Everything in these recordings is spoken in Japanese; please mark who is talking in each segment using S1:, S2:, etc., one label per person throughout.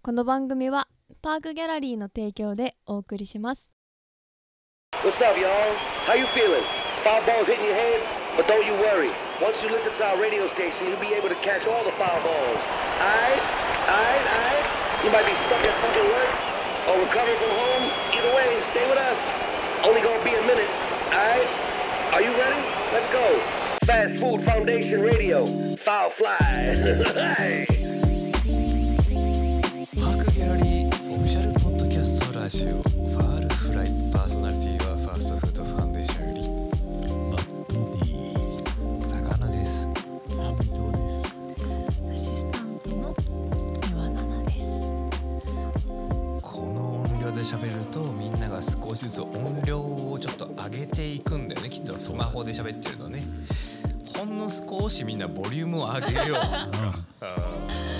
S1: この番組はパークギャラリーの提供でお送りします。
S2: What's up, y'all? How you feeling? Foul balls hitting your head? But don't you worry. Once you listen to our radio station, you'll be able to catch all the foul balls. Aight? Aight? Aight? You might be stuck at fucking work or recovering from home. Either way, stay with us. Only gonna be a minute. Aight? Are you ready? Let's go. Fast Food Foundation Radio. Foul fly. hey.
S3: パークギャラリーオフィシャルポッドキャストラジオファールフライパーソナリティはファーストフードファンデーションよりマットディ魚です
S4: アシスタントの岩七です。
S3: この音量で喋るとみんなが少しずつ音量をちょっと上げていくんだよねきっとスマホで喋ってるのねほんの少しみんなボリュームを上げよう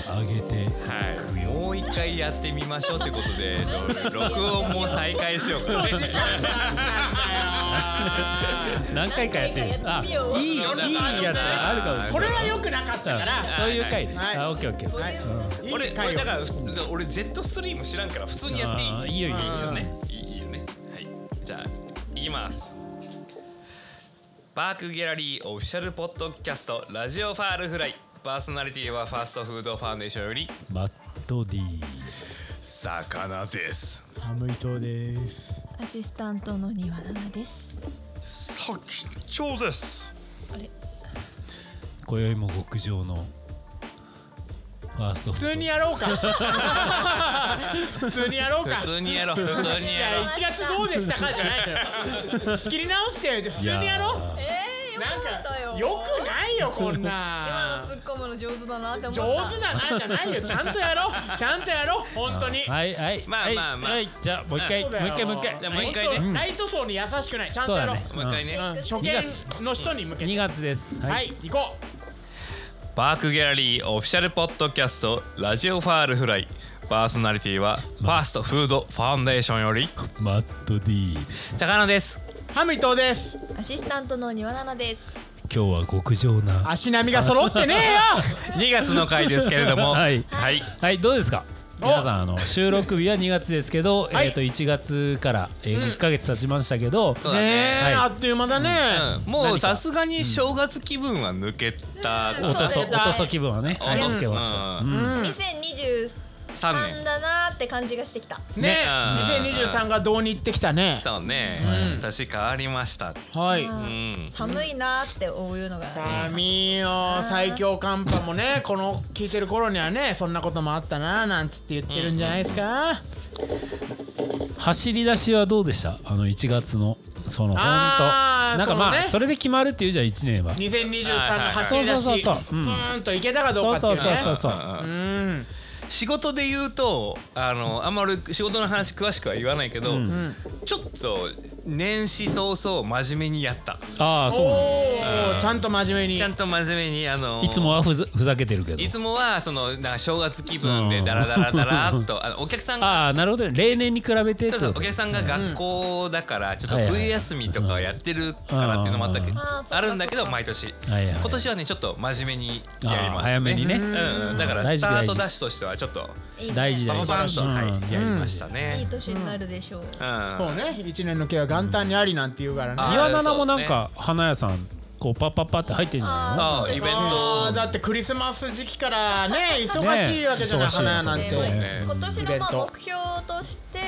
S5: 上げて
S3: はい、もう一回やってみましょうということで、えっと録音も再開しようかな。
S5: 何回かやってるあいいいいやつがあるかもしれない
S6: これは良くなかったか
S5: あ
S6: ら。
S5: そういう回ね、
S6: はい
S5: あオッケーオッケー、
S6: はい
S5: うん
S6: いい
S3: 俺
S6: 回
S3: 俺
S6: を
S3: だからふ俺ジェットストリーム知らんから普通にやっていい
S5: あーいいよいいよ
S3: いいよねいいいいよねはいじゃあいきますパークギャラリーオフィシャルポッドキャストラジオファールフライパーソナリティはファーストフードファンデーションより
S5: マット D
S3: 魚です
S6: ハムイトです。
S4: アシスタントの岩七です。
S3: さき長です
S5: 今宵も極上のファースト
S6: 普通にやろうか。普通にやろうか。
S3: 普通にやろう普通に
S6: い
S3: や
S6: や
S3: ろう
S6: 1月どうでしたかじゃないのよ。仕切り直して普通にやろう。
S7: えー、よ
S6: なん
S7: かったよ
S6: か良くないよこん
S7: 今の
S6: な。
S7: 突っ込むの上手だなって思った
S6: 上手だなじゃないよ。ちゃんとやろう。ちゃんとやろう。本当に。
S5: はいはい
S3: まあ
S5: はい
S3: まあまあ
S5: はいじゃあもう一回、
S6: そう
S5: も
S6: だ
S5: う
S6: よ
S5: 一回もう一
S3: じゃ
S5: 回
S3: あもう一回ね
S6: もっとライト層に優しくない。ちゃんとや ろう。
S5: そう
S3: もう一回ね、
S6: うん初見の人に向け
S5: 2
S6: て。
S5: 月です
S6: は
S5: はい、
S6: い行こう。
S3: パークギャラリーオフィシャルポッドキャストラジオファールフライパーソナリティはファーストフードファンデーションより
S5: マット D
S3: 魚です
S6: ハムイトです。
S4: アシスタントの岩七です。
S5: 今日は極上な
S6: 足並みが揃ってねえよ。
S3: 2月の回ですけれども
S5: はい
S3: はい
S5: はいどうですか
S6: お
S5: 皆さんあの収録日は2月ですけど、
S6: はい
S5: えっと1月から、えー
S6: うん
S5: 1ヶ月経ちましたけど、
S3: そうだ
S6: ね
S3: ね、
S6: え、
S5: はい
S6: あっという間だね、
S3: うんもうさすがに正月気分は抜けた
S5: おとそ
S4: そ
S5: お
S4: うですね
S5: とそ気分はねありますけど、
S3: うん
S5: うん
S4: 2023
S3: 3年
S4: だなーって感じがしてきた。
S6: ね
S3: ね
S6: 2023がどうに行ってきたね
S3: そうね、私変わりました
S6: はい
S3: うん
S4: 寒いなーって思うのが、
S6: 寒いよ最強寒波もねこの聞いてる頃にはねそんなこともあったななんつって言ってるんじゃないですか、
S5: 走り出しはどうでしたあの1月のその本当
S6: あー
S5: なんかまあ
S6: そ
S5: そ,、
S6: のね
S5: れで決まるっていうじゃん1年は
S6: 2023の走り出し
S5: はいはいはいそうそうそうそう
S6: プ
S5: うん
S6: ーンといけたかど
S5: そうう
S6: かって
S5: そ
S6: いううね
S5: そうそうそう
S3: うん
S6: うん
S3: 仕事で言うとあのあんまり仕事の話詳しくは言わないけど、
S5: うん
S6: うん
S3: ちょっと年始早々真面目にやった
S5: ああ
S6: お
S5: そうなんだ
S3: う
S6: お
S3: ん
S6: ちゃんと真面目に
S3: ちゃんと真面目にあの
S5: いつもはふざふざけてるけど
S3: いつもはそのなんか正月気分で
S5: うん
S3: ダラダラダラっとあのお客さんが
S5: ああなるほどね例年に比べて
S3: そう
S5: ってこと
S3: そうお客さんが学校だからちょっと
S5: はいはい
S3: 冬休みとかをやってるからっていうのもあったけ
S5: うん
S4: あー
S3: あるんだけ
S4: そ
S3: ど
S4: っかそっか
S3: 毎年
S5: はいはい
S3: 今年はねちょっと真面目に
S5: あ
S3: やり
S5: あ
S3: ましたね
S5: 早めにね
S3: うんうんだから
S5: 大
S3: ス
S5: 事
S3: タート
S5: 大事
S3: ダッシュとしてはちょっと
S4: いいね
S5: 大事
S3: パ
S5: 大
S3: パ
S5: 事
S3: パンと
S5: うん
S3: はいやりました
S4: いい
S3: ね
S4: 年になるでしょう。
S3: うん
S6: そうね一年の毛は元旦にありなんて言うからね
S3: あ
S5: 岩七もなんか花屋さんこうパッパッパって入ってんじゃないの
S3: あーイベン
S6: あー
S3: ト
S6: だってクリスマス時期から ね忙しいわけじゃない、
S5: ね
S6: 花屋なん
S5: う
S6: て、
S5: そうね
S4: で今年のま
S6: イベン
S4: あ
S6: ト
S4: 目標として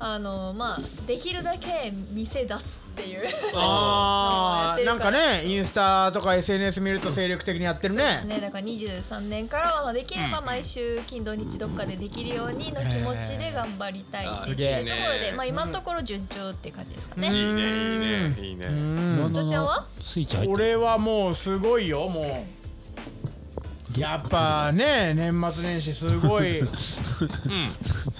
S4: あのまあできるだけ店出すっていう
S6: あ
S4: う
S6: ー
S4: ん
S6: なんかねインスタとか SNS 見ると精力的にやってる
S4: そうです
S6: ね
S4: ねだから23年からはまあできれば毎週金土日どっかでできるようにの気持ちで頑張りたい
S3: あ
S4: し
S3: す
S6: げ
S4: って
S6: え
S4: いうところでまあ今のところ順調っていう感じですかね、
S3: いいねいいねいいね
S5: 岩
S4: とちゃんは
S5: スイッチ入ってる
S6: 俺はもうすごいよもうやっぱね年末年始すご い
S3: うん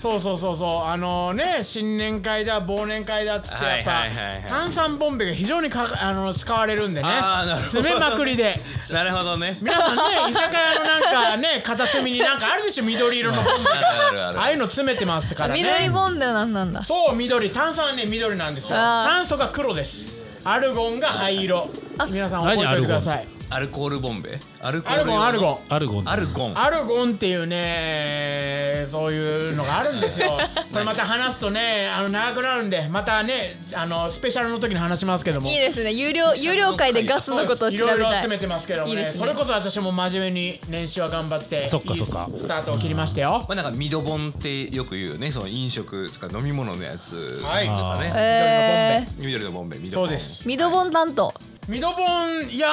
S6: そうそうそうそうあのね新年会だ忘年会だっつってやっぱ、
S3: はいはいはいはい
S6: 炭酸ボンベが非常にかあの使われるんでね
S3: あーなるほど
S6: 詰めまくりで。
S3: なるほど ね
S6: 皆さんね居酒屋のなんかね片隅になんかあるでしょ緑色のボン ベ
S3: あるある
S6: ああいうの詰めてますからね
S7: 緑ボンベなんなんだ
S6: そう緑炭酸はね緑なんですよ
S7: あー
S6: 酸素が黒ですアルゴンが灰色皆さん覚えておいてください
S3: アルコールボンベアルコ
S6: ア
S3: ー
S6: ル
S3: ル
S6: ゴンアルゴン
S5: アルゴン
S3: アルゴン
S6: アルゴンっていうねそそういうのがあるんですよこれまた話すとねあの長くなるんでまたねあのスペシャルの時に話しますけども
S4: いいですね有料有料会でガスのことを
S6: い
S4: 調
S6: ろ
S4: べ
S6: いろ
S4: た
S6: 集め
S4: い
S6: てますけどもね
S4: いいですね
S6: それこそ私も真面目に年始は頑張って
S5: そっかそっか
S6: いいスタートを切りましたよ
S3: まあなんかミドボンってよく言うよねその飲食とか飲み物のやつと
S6: はい
S3: かね、
S4: え
S3: 緑のボンベ緑の
S6: そ
S3: ボ
S6: う
S3: ンベ
S6: です
S4: ーミドボン担当
S6: ミドボンいや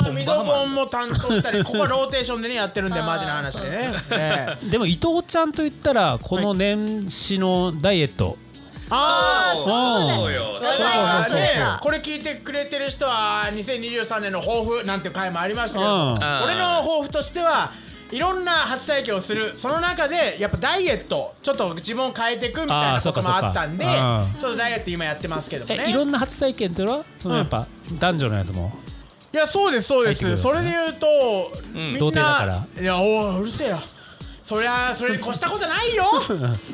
S6: ーミドボンも担当した りここはローテーションでねやってるんでマジな話でねね
S5: でも伊藤ちゃんと言ったらこの年始のダイエット、
S6: あー
S3: そうよ
S6: そう
S4: そうだ
S6: そうね
S4: そうだ
S6: これ聞いてくれてる人は2023年の抱負なんていう回もありましたけど、
S5: うん
S6: 俺の抱負としてはいろんな初体験をするその中でやっぱダイエットちょっと自分を変えていくみたい
S5: あ
S6: な
S5: ーそ
S6: こ
S5: うか
S6: と
S5: そう
S6: も
S5: か
S6: あったんで
S5: うん
S6: ちょっとダイエット今やってますけども
S5: え
S6: ね
S5: いろんな初体験っていうのはそのやっぱ男女のやつも、
S6: いやそうですそうで
S5: 入っ
S6: す
S5: て
S6: そ
S5: くる
S6: れで言うと、
S3: ん
S6: みんな
S5: 童貞だ
S6: いやおううるせえよそりゃそれに越したことない よ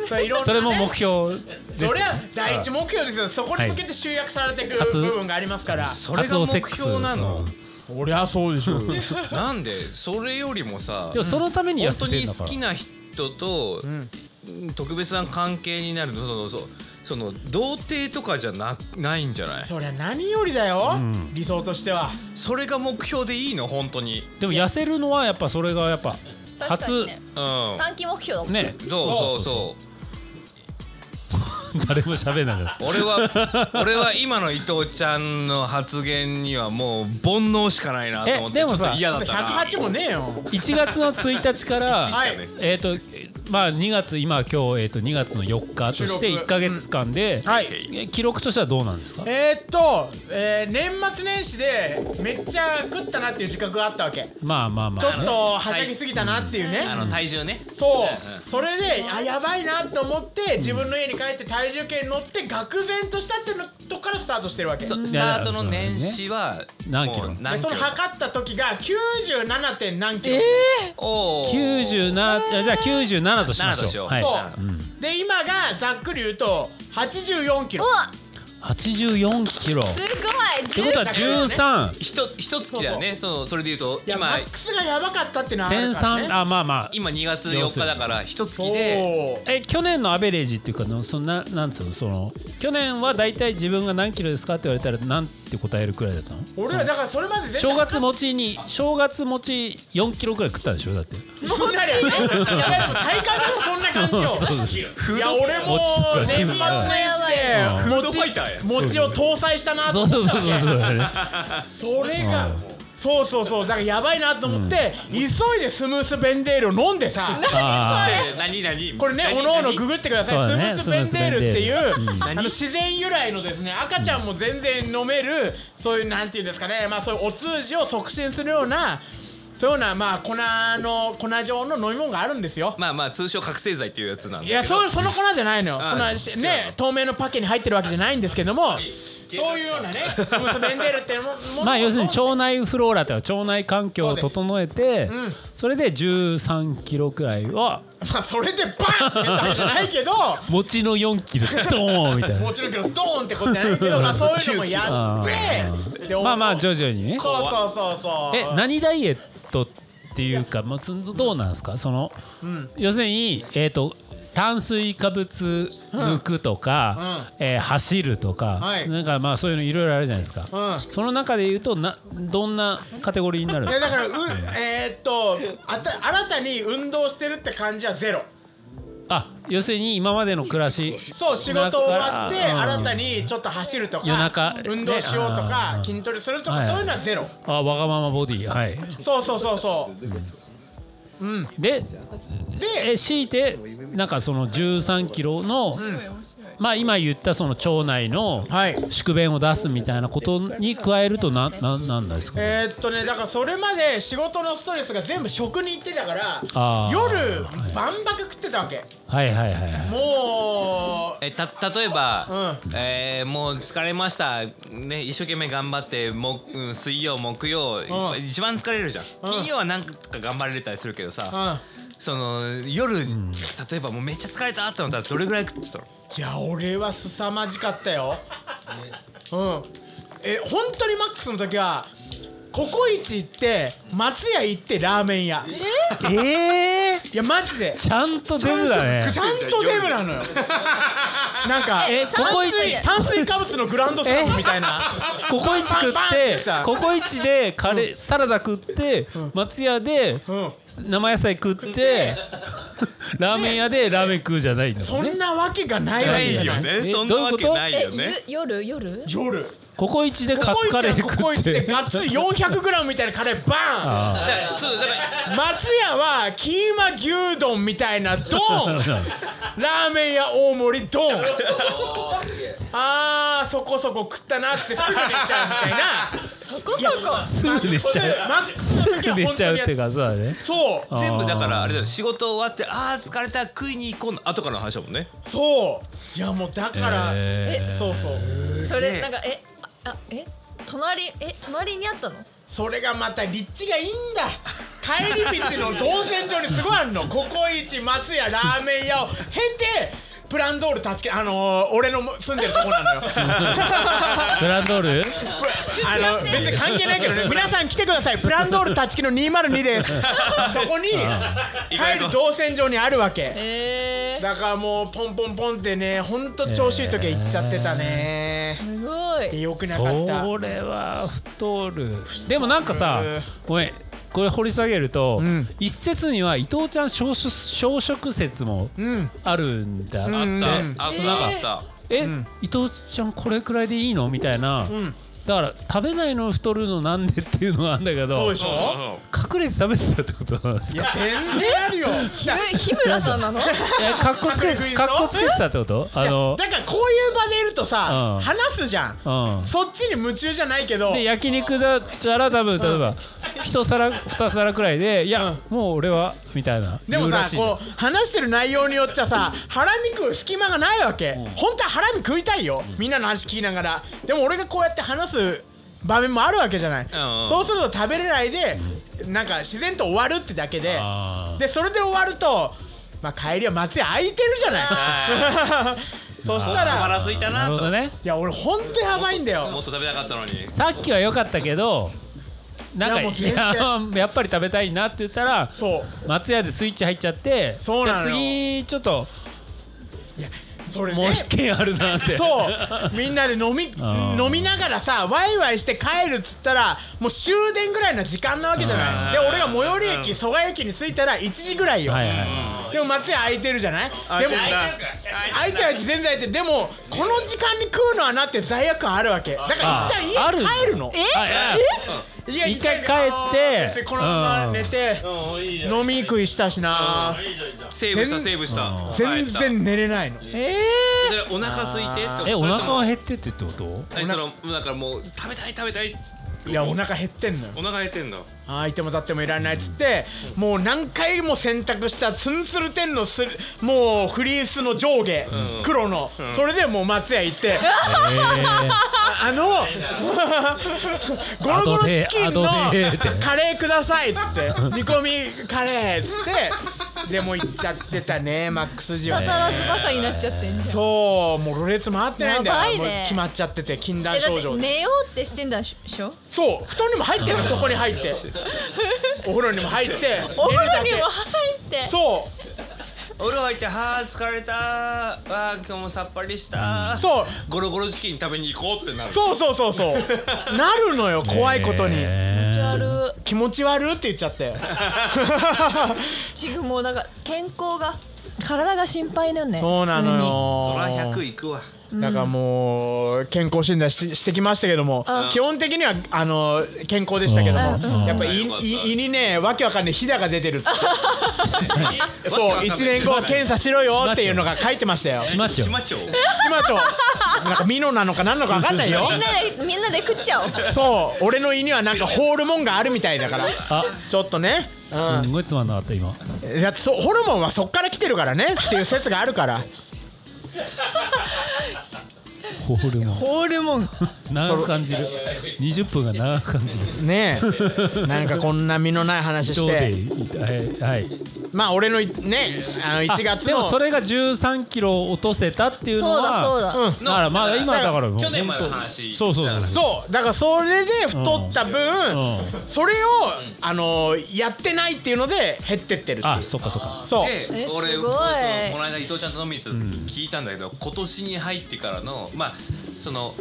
S6: それいろんなね
S5: それも目標です
S6: それは第一目標ですよそこに向けて集約されていく
S5: はい
S6: 部分がありますから、
S3: それが目標なの
S5: 初
S6: そりゃそうでしょうよ
S3: なんでそれよりもさ
S5: でもそのために痩
S3: 本
S5: せ
S3: 当
S5: てん
S3: に
S5: だか
S3: 好
S5: ら
S3: きな人と
S6: ん
S3: 特別な関係になるとそのそうその童貞とかじゃなないんじゃない
S6: そりゃ何よりだよ、
S5: ん
S6: 理想としては
S3: それが目標でいいの本当に
S5: でも痩せるのはやっぱそれがやっぱ
S8: 確か
S5: 初
S8: にね
S3: うん
S8: 短期目標だもん
S5: ね
S3: そうそうそう
S5: 誰も喋らなかった
S3: 俺は俺は今の伊藤ちゃんの発言にはもう煩悩しかないなと思って
S5: え
S3: ち
S5: で
S3: ょ
S5: も
S3: っ
S5: さ
S3: と嫌だったな
S6: 108もねえよ
S5: 1月の1日から
S6: はい
S5: えっとまあ2月今今日えっと2月の4日として
S6: 収録
S5: 1か月間で
S6: はい
S5: え記録としてはどうなんですか
S6: えー、っと、えー年末年始でめっちゃ食ったなっていう自覚があったわけ
S5: まあまあま
S6: ちょ
S5: あ
S6: っ
S5: ね
S6: とはしゃぎすぎたなっていうね、
S3: あの体重ね
S6: そうそれであやばいなと思って自分の家に帰って体重計に乗って愕然としたっていうのとこからスタートしてるわけで
S3: そうスタートの年始は
S5: 何キロ
S3: もう何キ
S6: そ
S3: ロ
S6: の測った時が 97. 点何キロ、
S3: おー
S5: 97あじゃあ97としま
S3: 7と
S5: し
S3: しよ
S5: ょう
S3: う
S5: はい
S6: そう、
S5: ん
S6: で今がざっくり言うと84キロ
S5: 84キロっ
S8: すごい
S5: てことは13
S3: ひとひと月だよねそのそれで言うと
S6: いやマ
S3: 今
S6: ックスがやばかったってのはあるから、ね、
S5: 1003あまあまあ
S3: 今2月4日だから一月で
S6: そう
S5: え去年のアベレージっていうかのそんななんつうのその去年は大体自分が何キロですかって言われたらなんて答えるくらいだったの
S6: 俺らだからそれまで絶対
S5: 正月餅に正月餅4キロくらい食ったんでしょだって
S6: そんなにいやでも体感でもそんな感じよいや俺も年
S5: う
S6: 末年
S5: ん
S6: 始で餅餅を搭載したなと
S5: そう
S6: 思
S5: そうそ
S6: っ
S5: うそうそうだね
S6: それがそうそうそうだからやばいなと思って急いでスムースベンデールを飲んでさ
S5: あー
S3: で何何
S6: これね、お
S3: 何
S6: のおの
S3: 何
S6: ググってくださ
S5: そうだ
S6: い、
S5: ね
S6: スムースベンデールっていう、
S5: スムースベンデールうん
S6: あの自然由来のですね、赤ちゃんも全然飲める、そういうなんていうんですかね、まあそういうお通じを促進するような、そういうような、まあ粉の、粉状の飲み物があるんですよ。
S3: まあまあ通称覚醒剤っていうやつなんだ
S6: い
S3: けど
S6: やそうその粉じゃないのよ、
S3: あ
S6: この
S3: 違うの
S6: ね透明のパッケに入ってるわけじゃないんですけども、そういうようなね、スムースベンデールっていうものを
S5: まあ要するに腸内フローラというか腸内環境を整えてそ,、
S6: ん
S5: れで13キロくらいは
S6: まあそれでバーンって言ったわけじゃないけど、
S5: 餅の4キロドーンみたい
S6: も
S5: な
S6: ちろんけど、ドーンってことじゃないけど、まあそういうのもやって、で
S5: まあまあ徐々にね
S6: そうそうそうそう。
S5: え何ダイエットっていうか、まあ、そのどうなんですかその、要するに、えー、と炭水化物抜くとか、えー走るとか、
S6: はい
S5: なんかまあそういうのいろいろあるじゃないですか、
S6: う
S5: その中で言うとなどんなカテゴリーになるん
S6: い
S5: で
S6: や
S5: すか
S6: だからうえーっとあた新たに運動してるって感じはゼロ
S5: あ要するに今までの暮らし
S6: そう仕事終わって
S5: だから
S6: 新たにちょっと走るとか
S5: 夜中
S6: 運動しようとか
S5: ねあー
S6: 筋トレすると
S5: は
S6: か
S5: い
S6: そういうのはゼロ
S5: あわがままボディはい
S6: そうそうそうそう
S5: でえ
S6: で
S5: ー強いてなんかその1 3キロの、まあ今言ったその腸内の
S6: はい
S5: 宿便を出すみたいなことに加えるとなななんですか、
S6: えーっとねだからそれまで仕事のストレスが全部食に行ってたから
S5: あー
S6: 夜万博食ってたわけ
S5: はいはいはいはい
S6: も
S3: えた例えば、
S6: う
S3: えーもう疲れました、ね、一生懸命頑張ってもうん水曜木曜、
S6: ん
S3: 一番疲れるじゃん、金曜はなんか頑張れたりするけど
S6: うう
S3: さ、
S6: ん
S3: その夜、例えばもうめっちゃ疲れたってなったらどれぐらい食ってたの
S6: いや俺は凄まじかったよ、うんえ本当にマックスの時はココイチ行って松屋行ってラーメン屋
S5: えー、
S6: いやマジで
S5: ちゃんとデブだね
S6: ちゃんとデブなのよなんか
S5: えココイチ
S6: 炭水化物のグランドスラムみたいな
S5: ココイチ食っ
S6: パンパンってや
S5: て
S6: つだ
S5: ココイチでカレー、サラダ食って、松屋で
S6: うん
S5: 生野菜食って、ラーメン屋でラーメン食うじゃないんだも
S6: そ
S5: んね
S6: んなわけがないわ
S3: な
S6: けじゃ
S3: い
S6: な
S3: よ
S6: い
S3: ね
S5: え
S3: そんなわけ
S5: どういうこと
S3: ない
S1: え
S3: よね
S1: ゆ夜夜
S6: 夜
S5: ココイチで
S6: コ
S5: カ
S6: コ
S5: ツ
S6: イチ
S5: カレ
S6: は
S5: ー
S6: ココ
S5: 食
S6: イ
S5: っ
S6: チで
S5: て
S6: ガッツリ 400g みたいなカレーバ
S5: あ
S3: だからそうだから
S6: ーン松屋はキーマ牛丼みたいな ドンラーメン屋大盛りドン あーそこそこ食ったなってすぐ寝ちゃうみたいな
S1: そこそこ
S5: ーすぐ寝ちゃう
S6: マックス
S5: す
S6: の時
S5: ぐ
S6: は
S5: 寝
S6: 本
S5: ちゃ
S6: 当
S5: う
S6: に
S5: っ
S6: やって
S5: かそうだね
S6: そう
S3: 全部だからあれだよ仕事終わってああ疲れた食いに行こうの後からの話だもんね
S6: そういやもうだから、
S5: え
S6: そうそう
S1: それなんかえああえ隣え隣にあったの
S6: それがまた立地がいいんだ帰り道の動線上にすごいあるのココイチ松屋ラーメン屋を経てプランドール立ちきあのー、俺の住んでるとこなのよ
S5: ブランドール
S6: あの別に関係ないけ どね皆さん来てくださいプランドール立ち木の202ですそこに帰る動線上にあるわけ、だからもうポンポンポンってねほんと調子いい時は行っちゃってたね、
S4: すごい
S6: よくなかった
S5: それは太るでもなんかさごめんこれ掘り下げると、
S6: ん
S5: 一説には伊藤ちゃん小食小食説も
S6: うん
S5: あるんだ、
S6: うんうん
S3: あ
S6: うん
S3: あそう
S5: なんか
S3: あった
S5: え、
S6: ん
S5: 伊藤ちゃんこれくらいでいいのみたいな、
S6: ん
S5: だから食べないの太るのなんでっていうのはあんだけ
S6: そう
S5: ど
S6: でし
S3: うん
S6: ょ
S3: うん
S5: 隠れて食べてたってことなんです
S6: い
S5: か
S6: や全 然あるよだ
S4: え日村さんなの
S5: いやかっこつけ
S6: 隠れ食いでしょ
S5: かっこつけてたってことあの
S6: だからこういう場でいるとさ、
S5: うん
S6: 話すじゃん、
S5: う
S6: そっちに夢中じゃないけど
S5: んで焼肉だったら多分例えば一皿二皿くらいでいやもう俺はみたいな
S6: で
S5: 言
S6: も
S5: う
S6: さ
S5: らしいじゃん
S6: こう話してる内容によっちゃさハラミ食う隙間がないわけ、本当はハラミ食いたいよ、みんなの話聞きながらでも俺がこうやって話す場面もあるわけじゃない、
S3: んうん
S6: そうすると食べれないで、なんか自然と終わるってだけででそれで終わるとまあ帰りは松屋空いてるじゃ ないそした
S3: 小腹
S6: ら
S3: 空いた
S5: な
S3: な
S5: るほ
S3: と
S5: どね
S6: いや俺ほんとやばいんだよ
S3: もっと食べたかったのに
S5: さっきは良かったけどなんか
S6: いやもう
S5: い
S6: 全然
S5: や やっぱり食べたいなって言ったら
S6: そう
S5: 松屋でスイッチ入っちゃって
S6: そうなのよ
S5: じゃあ次ちょっと
S6: それね
S5: もう一軒あるなって
S6: そうみんなで飲み
S5: あー
S6: 飲みながらさワイワイして帰るっつったらもう終電ぐらいの時間なわけじゃないで俺が最寄り駅蘇我駅に着いたら1時ぐらいよ、
S5: はいは
S6: でも松屋空いてるじゃないでも空いてる空いてる全然空いてるでもこの時間に食うのはなって罪悪感あるわけだから
S5: あー
S6: 一
S5: あ
S6: 旦
S5: る
S6: 家に帰るの
S5: いはいあい
S6: いや
S5: 一回帰って
S6: このまま寝て飲み食いしたしな
S3: セーブした
S6: 全
S3: セーブした
S6: 全然寝れないの
S3: それお腹空いてって
S5: えお腹は
S3: 減
S5: 減ってってってこと
S3: そのだからもう食べたい食べたい
S6: いやお腹減ってんのよ
S3: お腹減ってんだ
S6: あーいても立ってもいられないっつってもう何回も洗濯したツンスルテンのすもうフリースの上下、黒の、それでもう松屋行って、ああのゴロゴロチキンの
S5: アドベアドベって
S6: カレーくださいっつって煮込みカレーっつってでも行っちゃってたねマックス時は
S4: 当たらずバカになっちゃってんじゃん
S6: そうもうろれつ回ってないんだよ、
S4: やばいね
S6: もう決まっちゃってて禁断
S4: えだ
S6: 症
S4: っ
S6: 状
S4: て
S6: で
S4: 寝ようってしてんだしょ
S6: そう布団にも入ってるのここに入ってお風呂にも入って
S4: お風
S6: 寝る
S4: 呂
S6: だ
S4: に
S6: け
S4: も入って
S6: そう
S3: お風呂入ってはあ疲れたあー今日もさっぱりした
S6: そう
S3: ゴロゴロチキン食べに行こうってなる
S6: そうそうそうそう なるのよ怖いことに、
S5: え
S6: 気持ち悪って言っちゃ って
S1: ちぐもうなんか健康が体が心配だよね
S6: そうなの
S3: そ
S6: よ
S3: ら100いくわ
S6: だからもう健康診断ししてきましたけども基本的にはあの健康でしたけどもやっぱ胃
S3: よかった
S6: 胃胃にねわけわかんないひだが出てるっつって そう1年後検査しろよっていうのが書いてましたよ
S5: 島町
S3: 島町
S6: 島町なんかミノなのか何なのかわかんないよ
S4: みんなでみんなで食っちゃおう
S6: そう俺の胃にはなんかホールモンがあるみたいだから
S5: あ
S6: ちょっとねうん
S5: すんごいつまんなかった今
S6: だってそホルモンはそっから来てるからねっていう説があるから
S5: ホールも
S6: ホールも
S5: 長く感じる20分が長く感じる
S6: ねえなんかこんな身のない
S5: ど
S6: 話し
S5: うで
S6: て
S5: いいはい、はい、
S6: まあ俺のいねあの
S5: あ
S6: 1月
S5: でも
S6: の
S5: それが1 3キロ落とせたっていうのは
S4: そうだそうだ
S5: だからまあ今だからもう
S3: 去年までの話
S5: そうそう
S3: だから
S5: そう
S6: そうだからそれで太った分、
S5: うん
S6: それを、あのやってないっていうので減ってってるっていう
S5: あそっかそっか
S6: そう
S3: で
S4: え
S3: 俺
S4: す
S3: そう
S4: ごい
S3: この間伊藤ちゃんと飲みに行った時聞いたんだけど、今年に入ってからのまあその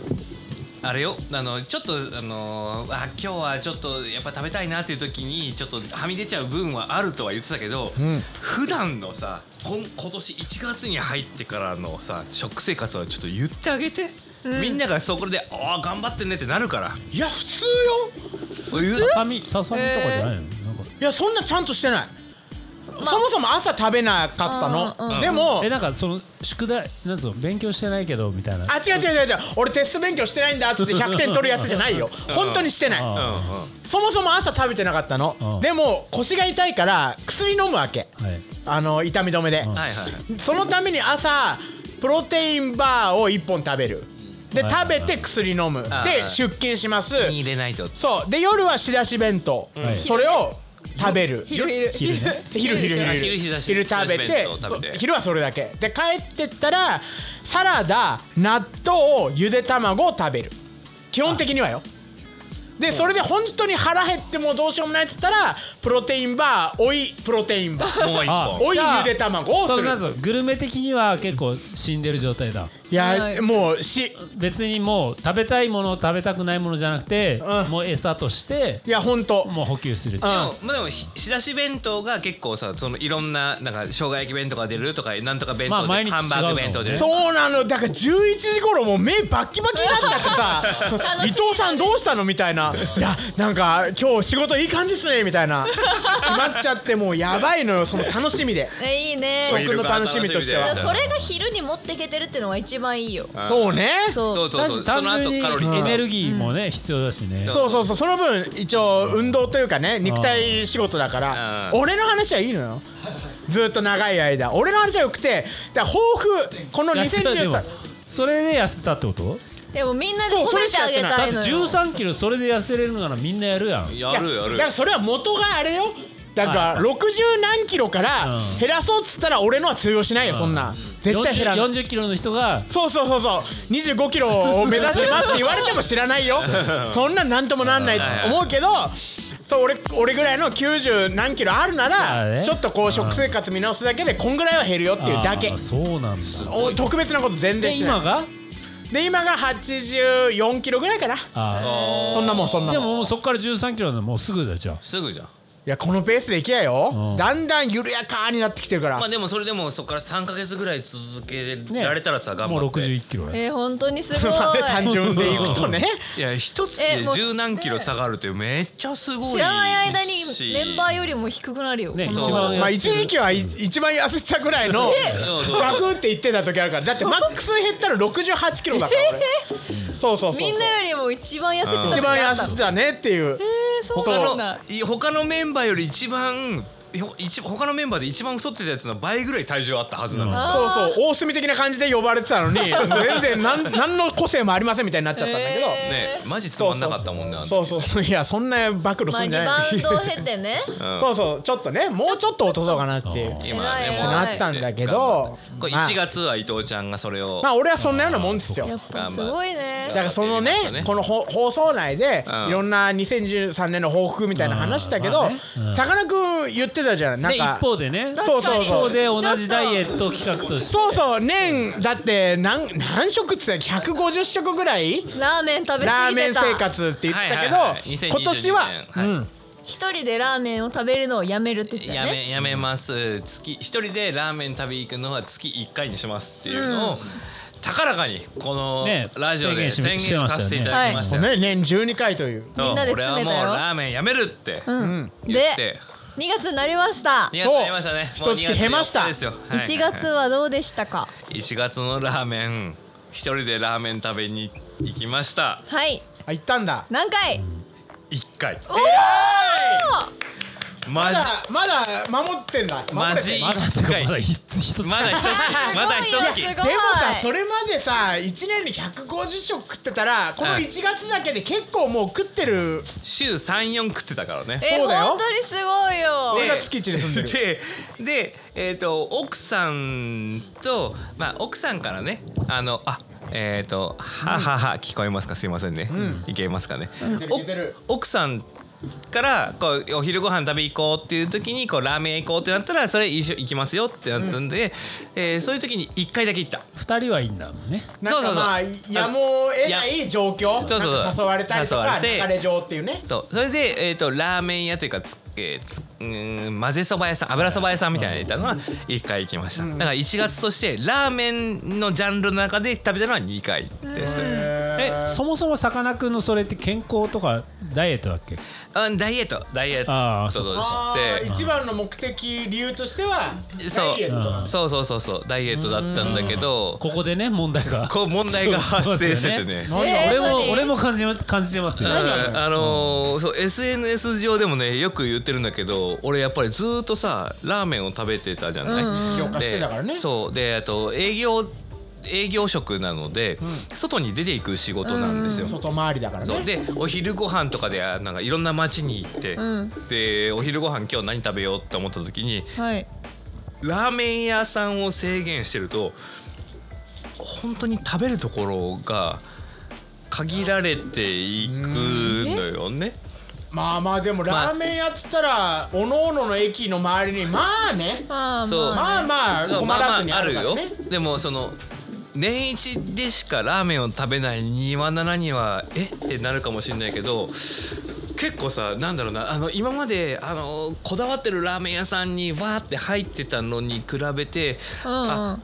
S3: あれよあのちょっとあのあ今日はちょっとやっぱ食べたいなっていう時にちょっとはみ出ちゃう分はあるとは言ってたけど、普段のさこん今年1月に入ってからのさ食生活はちょっと言ってあげて、みんながそこで「ああ頑張ってね」ってなるから
S6: いや普通よ
S5: ささみささみとかじゃないのなんか
S6: いやそんなちゃんとしてない、そもそも朝食べなかったの、でも
S5: えなんかその宿題なんつうの勉強してないけどみたいな
S6: あ違う違う違う違う俺テスト勉強してないんだっつって100点取るやつじゃないよ本当にしてない
S5: あ
S6: そもそも朝食べてなかった
S5: う
S6: の
S5: ん
S6: でも腰が痛いから薬飲むわけ
S5: はい
S6: あの痛み止めで
S5: ん
S3: はいはいはい
S6: そのために朝プロテインバーを1本食べるで
S5: はいは
S6: 食
S5: い
S6: べて薬飲む
S3: あ
S6: で出勤します
S3: に入れないと
S6: そうで夜は仕出し弁当
S5: はい
S6: それを食べる
S4: 昼昼
S5: 昼ね
S6: 昼昼昼
S3: 昼昼
S6: 昼食べ
S3: 昼
S6: て
S3: 食べて
S6: そう昼はそれだけで帰ってったらサラダ納豆ゆで卵を食べる基本的にはよでそれで本当に腹減ってもうどうしようもないって言ったらプロテインバーおいプロテインバー
S3: もう一
S5: あ
S3: 本
S6: おい
S5: じゃあ
S6: ゆで卵をす
S5: そう
S6: る
S5: なんつうのグルメ的には結構死んでる状態だ
S6: いやもうし
S5: 別にもう食べたいもの食べたくないものじゃなくて、
S6: うん
S5: もう餌として
S6: いや本当
S5: もう補給する、
S6: うん
S3: でもまあでもひ仕出し弁当が結構さそのいろんななんか生姜焼き弁当が出るとかなんとか弁当で、
S5: まあ毎日
S3: ハンバーグ弁当
S5: 違
S3: で
S5: う
S3: そう
S6: そうなのだから11時頃もう目バッキバキになっちゃってさ伊藤さんどうしたのみたいないやなんか今日仕事いい感じっすねみたいな決まっちゃってもうやばいのよその楽しみで
S4: えいい
S6: そう
S4: ね
S6: 僕の楽しみとしては
S4: それが昼に持っていけてるってのは一番いいよ
S6: そうね
S4: そう
S3: そうそうそうそ
S5: 単
S3: の
S5: 純
S3: 後
S5: に
S3: カロリー
S5: エネルギーもね、必要だしね
S6: そうそうそうその分一応運動というかね肉体仕事だから
S3: うん
S6: 俺の話はいいのよずっと長い間俺の話はよくてだから抱負この
S5: いや違うでも
S6: 2013
S5: それで痩せたってこと
S4: でもみんなで褒めてあげ
S5: だ
S4: た
S5: っ
S4: い
S5: て
S4: の
S5: 1
S4: よ
S5: 3キロそれで痩せれるならみんなやるやん
S3: やるや
S6: い
S3: る
S6: だからそれは元があれよだから
S5: は
S6: 60何キロから
S5: うん
S6: 減らそうっつったら俺のは通用しないよそんな絶対減らない
S5: 4 0キロの人が
S6: そうそうそうそう25キロを目指してますって言われても知らない よそんなんなんともなんないと思うけどそう俺俺ぐらいの90何キロあるな
S5: あー
S6: ら
S5: ね
S6: ちょっとこう食生活見直すだけでこんぐらいは減るよっていうだけ
S5: あーそうなんだ
S6: お特別なこと全然
S5: で
S6: し
S5: 今
S6: ない
S5: が
S6: で今が84キロぐらいかな
S5: あ
S6: そんなもんそん
S5: ー
S6: な
S5: で
S6: もん
S5: ももうそこから1 3キロなのもうすぐだじゃ
S3: すぐじゃん
S6: いやこのペースでいけやよ
S5: うん
S6: だんだん緩やかになってきてるから
S3: まあでもそれでもそこから3か月ぐらい続けられたらさ、
S5: あ
S3: 頑
S5: も
S3: 張
S5: う
S3: って
S5: 6 1キロや
S4: えー本当にすごい
S6: まあね単純でいくとね
S3: いや一月
S4: え
S3: で
S4: もう
S3: 十何キロ下がるってめっちゃすごい
S4: 知らない間にメンバー
S3: よ
S4: よりも低くなるよ
S5: ね
S4: こ
S5: 一
S4: の
S5: 番
S6: まあ
S5: 痩せ
S6: 一
S5: てる
S6: 時期はい一番痩せてたぐらいの
S3: そうそう
S6: ガクって言ってた時あるからだってマックス減ったら68キロだから俺そうそうそうそう
S4: みんなよりも一番痩せてた
S6: 一番痩せてたねっていう
S3: 他
S4: そうなん
S3: のい他のメンバーより一番よ一他のメンバーで一番太ってたやつの倍ぐらい体重あったはずなのに、
S6: そうそう大隅的な感じで呼ばれてた のに全然なん何の個性もありませんみたいになっちゃったんだけど、
S3: ねマジつまんなかったもんねあの時
S6: そうそういやそんな暴露
S4: ますあ
S6: ん
S4: リ
S6: じゃ
S4: バ
S6: な
S4: ウン
S6: い
S4: ドを経てね
S3: うん
S6: そうそうちょっとねもうちょっと落とそうかなっていう
S3: 今
S4: 偉い
S3: ね
S4: 偉い
S3: もう
S6: なったんだけど
S3: これ
S6: まあ
S3: 1月は伊藤ちゃんがそれを
S6: まあ俺はそんなようなもんですよ
S4: やっぱすごいね
S6: だからその
S3: やってみました
S6: ね
S3: ね
S6: このほ放送内で
S3: うん
S6: いろんな2013年の報復みたいな話したけ
S5: うんま
S6: ど
S5: あねうん
S6: さかなクン言ってたじゃんなん
S5: で一
S6: か
S5: 方でね
S6: そうそう
S5: 一
S6: そ
S5: 方
S6: う
S5: で同じダイエット企画として
S6: そうそう年だって何何食っつったっけ150食ぐらい
S4: ラーメン食べ過
S6: ラー
S4: ぎ
S6: メ
S4: て
S6: ン
S4: た
S6: 生活って言ってたけ
S3: はいはいはい
S6: ど今年は
S3: 2022
S6: う
S3: 年
S6: ん
S4: 一人でラーメンを食べるのをやめるって言ってた
S3: や
S4: よね
S3: めやめます月一人でラーメン食べ行くのは月1回にしますっていうのを、高らかにこの
S5: ね
S3: ラジオで宣
S5: 宣言
S3: 言
S5: ししてました
S3: さ
S5: よね
S3: せていただきました
S6: そう
S3: よ、
S6: ね年12回という
S3: そう
S4: みんなで詰めたよ
S3: 俺はもうラーメンやめるって
S4: うん
S3: 言って、
S4: で2月になりました
S3: 2月になりましたね
S6: そう
S3: もう2
S6: 一月減ました
S3: 4ですよ、はい
S4: 1月はどうでしたか
S3: 1月のラーメン一人でラーメン食べに行きました
S4: はい
S6: あ行ったんだ
S4: 何回
S3: 1回
S4: おお
S3: マ
S6: ま
S3: ジ
S6: だまだ守ってんだ
S3: マジ
S5: まだって
S3: 一
S5: か
S3: 回
S5: まだ一つ一つ
S3: まだ一つまだ一
S4: すご
S3: 月
S4: い
S6: でもさそれまでさ1年に150食食ってたらこ
S3: う
S6: の
S3: ん
S6: 1月だけで結構もう食ってる
S3: 週34食ってたからね
S6: そうだよ
S4: 本当にすごいよ
S6: 俺が月一で住んでる
S3: ででえっ、と奥さんとまあ奥さんからねあのあえっ、とははは聞こえますかすいませんね、いけますかね、お
S6: いけてる
S3: 奥さんからこうお昼ご飯食べ行こうっていう時にこうラーメン屋行こうってなったらそれ一緒行きますよってなったんで、えーそういう時に1回だけ行った。
S5: 二人はいいんだもんね
S6: なん
S3: そうそうそ
S6: か
S3: う
S6: まあやむを得ない状況
S3: そうそうそう
S6: なんか誘われたりと
S3: 誘わ
S6: か
S3: れて
S6: 流れ状っていうね
S3: とそれで、えー、とラーメン屋というかつ、えーつうーん混ぜそば屋さん油そば屋さんみたいなのに行ったのは1回行きました、だから1月としてラーメンのジャンルの中で食べたのは2回です、
S5: えそもそもさかなクンのそれって健康とかダイエットだっけ
S3: うん、ダイエットダイエッ
S5: ああ
S3: トと
S6: あー
S3: し
S6: 一番の目的理由としては
S3: てそ
S6: ダイエットなんだ
S3: うそうそうそうそうダイエットだったんだけど
S5: ここでね問題が
S3: こう問題が発生しててね
S5: そうですよね俺も俺も感じま感じてますよ
S3: うんあのーそう SNS 上でもねよく言ってるんだけど俺やっぱりずーっとさラーメンを食べてたじゃない、
S6: 評価してたからね
S3: でそうであと営業営業職なので、外に出ていく仕事なんですよ、
S6: 外回りだから
S3: そう
S6: ね
S3: でお昼ご飯とかであなんかいろんな街に行って、でお昼ご飯今日何食べようって思った時に
S4: はい
S3: ラーメン屋さんを制限してると本当に食べるところが限られていくのよね。
S6: まあまあでも
S3: まあ
S6: ラーメン屋っつったらおのおのの駅の周りにまあね
S4: まあ
S3: そう
S4: ま
S6: ま
S4: あ
S6: あまあ
S3: そう
S6: 困らずにあるから
S3: よ
S6: ね
S3: でもその年一でしかラーメンを食べないにはならにはえってなるかもしれないけど結構さなんだろうなあの今まであのこだわってるラーメン屋さんにわーって入ってたのに比べて、あ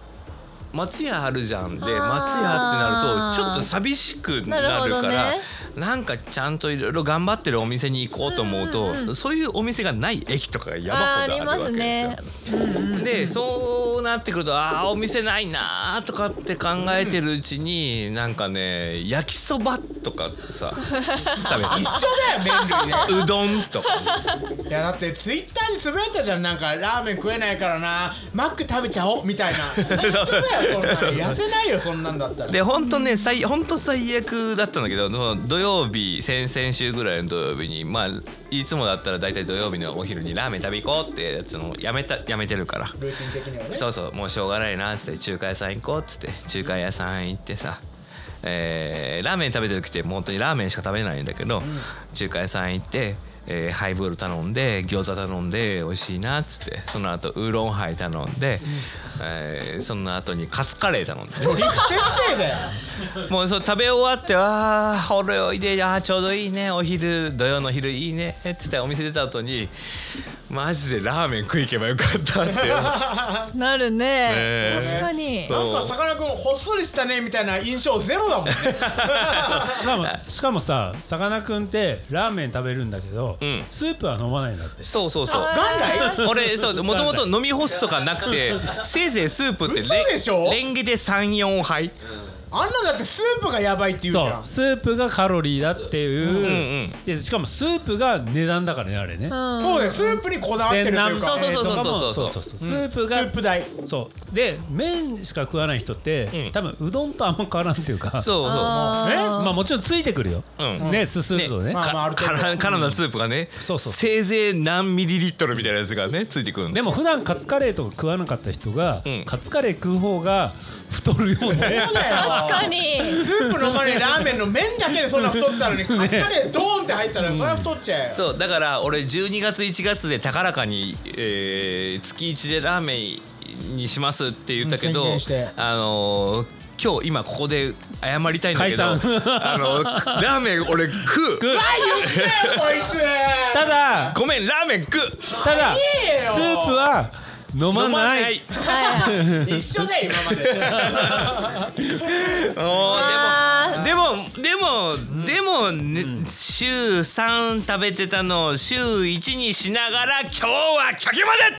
S3: 松屋あるじゃんで松屋ってなるとちょっと寂しくなるから
S4: なる
S3: なんかちゃんといろいろ頑張ってるお店に行こうと思うと、そういうお店がない駅とかが山ほどあるわけですよ。
S4: あ
S3: でそうなってくるとああお店ないなーとかって考えてるうちに、なんかね焼きそばとかさ食べ
S6: 一
S3: て
S6: 緒だよ麺類ね
S3: うどんとか
S6: いやだってツイッターでつぶやいたじゃんなんかラーメン食えないからなマック食べちゃおうみたいな 一緒だよそんなの痩せないよそんなんだったら
S3: で本当ね最本当最悪だったんだけどもう土曜日先々週ぐらいの土曜日にまあいつもだったら大体土曜日のお昼にラーメン食べ行こうってやつもやめたやめてるから。
S6: ルーティン的にはね
S3: そうそうもうしょうがないなっつって中華屋さん行こうっつって中華屋さん行ってさ、えーラーメン食べてる時ってもう本当にラーメンしか食べないんだけど、中華屋さん行って、えーハイボール頼んで餃子頼んで美味しいなっつってその後ウーロンハイ頼んで、えーその後にカツカレー頼んでね
S6: 先生だよ
S3: もうそう食べ終わって「ああほろ酔いであーちょうどいいねお昼土曜の昼いいね」っつってお店出た後に「マジでラーメン食いけばよかった」って思 っ
S4: なるね
S3: て
S4: 確かに
S3: そう
S6: なんかさかなクンほっそりしたねみたいな印象ゼロだもんね
S5: しかもしかもささかなクンってラーメン食べるんだけど、
S3: ん
S5: スープは飲まないんだって
S3: そうそうそう
S6: 元来
S3: 俺そうもともと飲み干すとかなく てせいぜいスープって
S6: 嘘でしょ
S3: レンゲで34杯
S6: あんなんだってスープがやばいって言うじ
S5: そ
S6: ゃ
S5: う
S6: ん
S5: スープがカロリーだっていう、
S3: ん
S5: でしかもスープが値段だからねあれね
S6: そうだよスープにこだわってるというか
S3: そうそうそうそうそう
S5: そ
S3: そううそう
S5: そ
S3: う
S5: そうスープ
S6: ス
S5: が、
S6: ープ代
S5: そうで麺しか食わない人って、
S3: ん
S5: 多分うどんとあんま変わらんっていうか
S3: そうそ
S6: え
S5: まあもちろんついてくるよ、
S3: うん
S5: ねすすると
S3: う
S5: ね
S6: まあまああ
S3: かか
S6: る程度
S3: らからのスープがね
S5: そうそう
S3: せいぜい何ミリリットルみたいなやつがねついてくるの
S5: でも普段カツカレーとか食わなかった人が、
S3: うん
S5: カツカレー食う方が太るよね
S4: 確かに
S6: スープ飲まねえラーメンの麺だけでそんな太ったのにカツカレードーンって入ったらそれは太っちゃうよ
S3: そうだから俺12月1月で高らかに、えー月1でラーメンにしますって言ったけど、
S6: うん宣言して
S3: あのー今日今ここで謝りたいんだけど
S5: 解
S3: あのラーメン俺食う
S6: こいつ
S5: ただ
S3: ごめんラーメン食う
S5: ただ
S6: えよ
S5: スープは飲まない
S3: 飲まない
S6: 一緒だよ今まで
S3: お
S4: あ
S3: ーでもでもでも、でもね週3食べてたのを週1にしながら今日はかけまで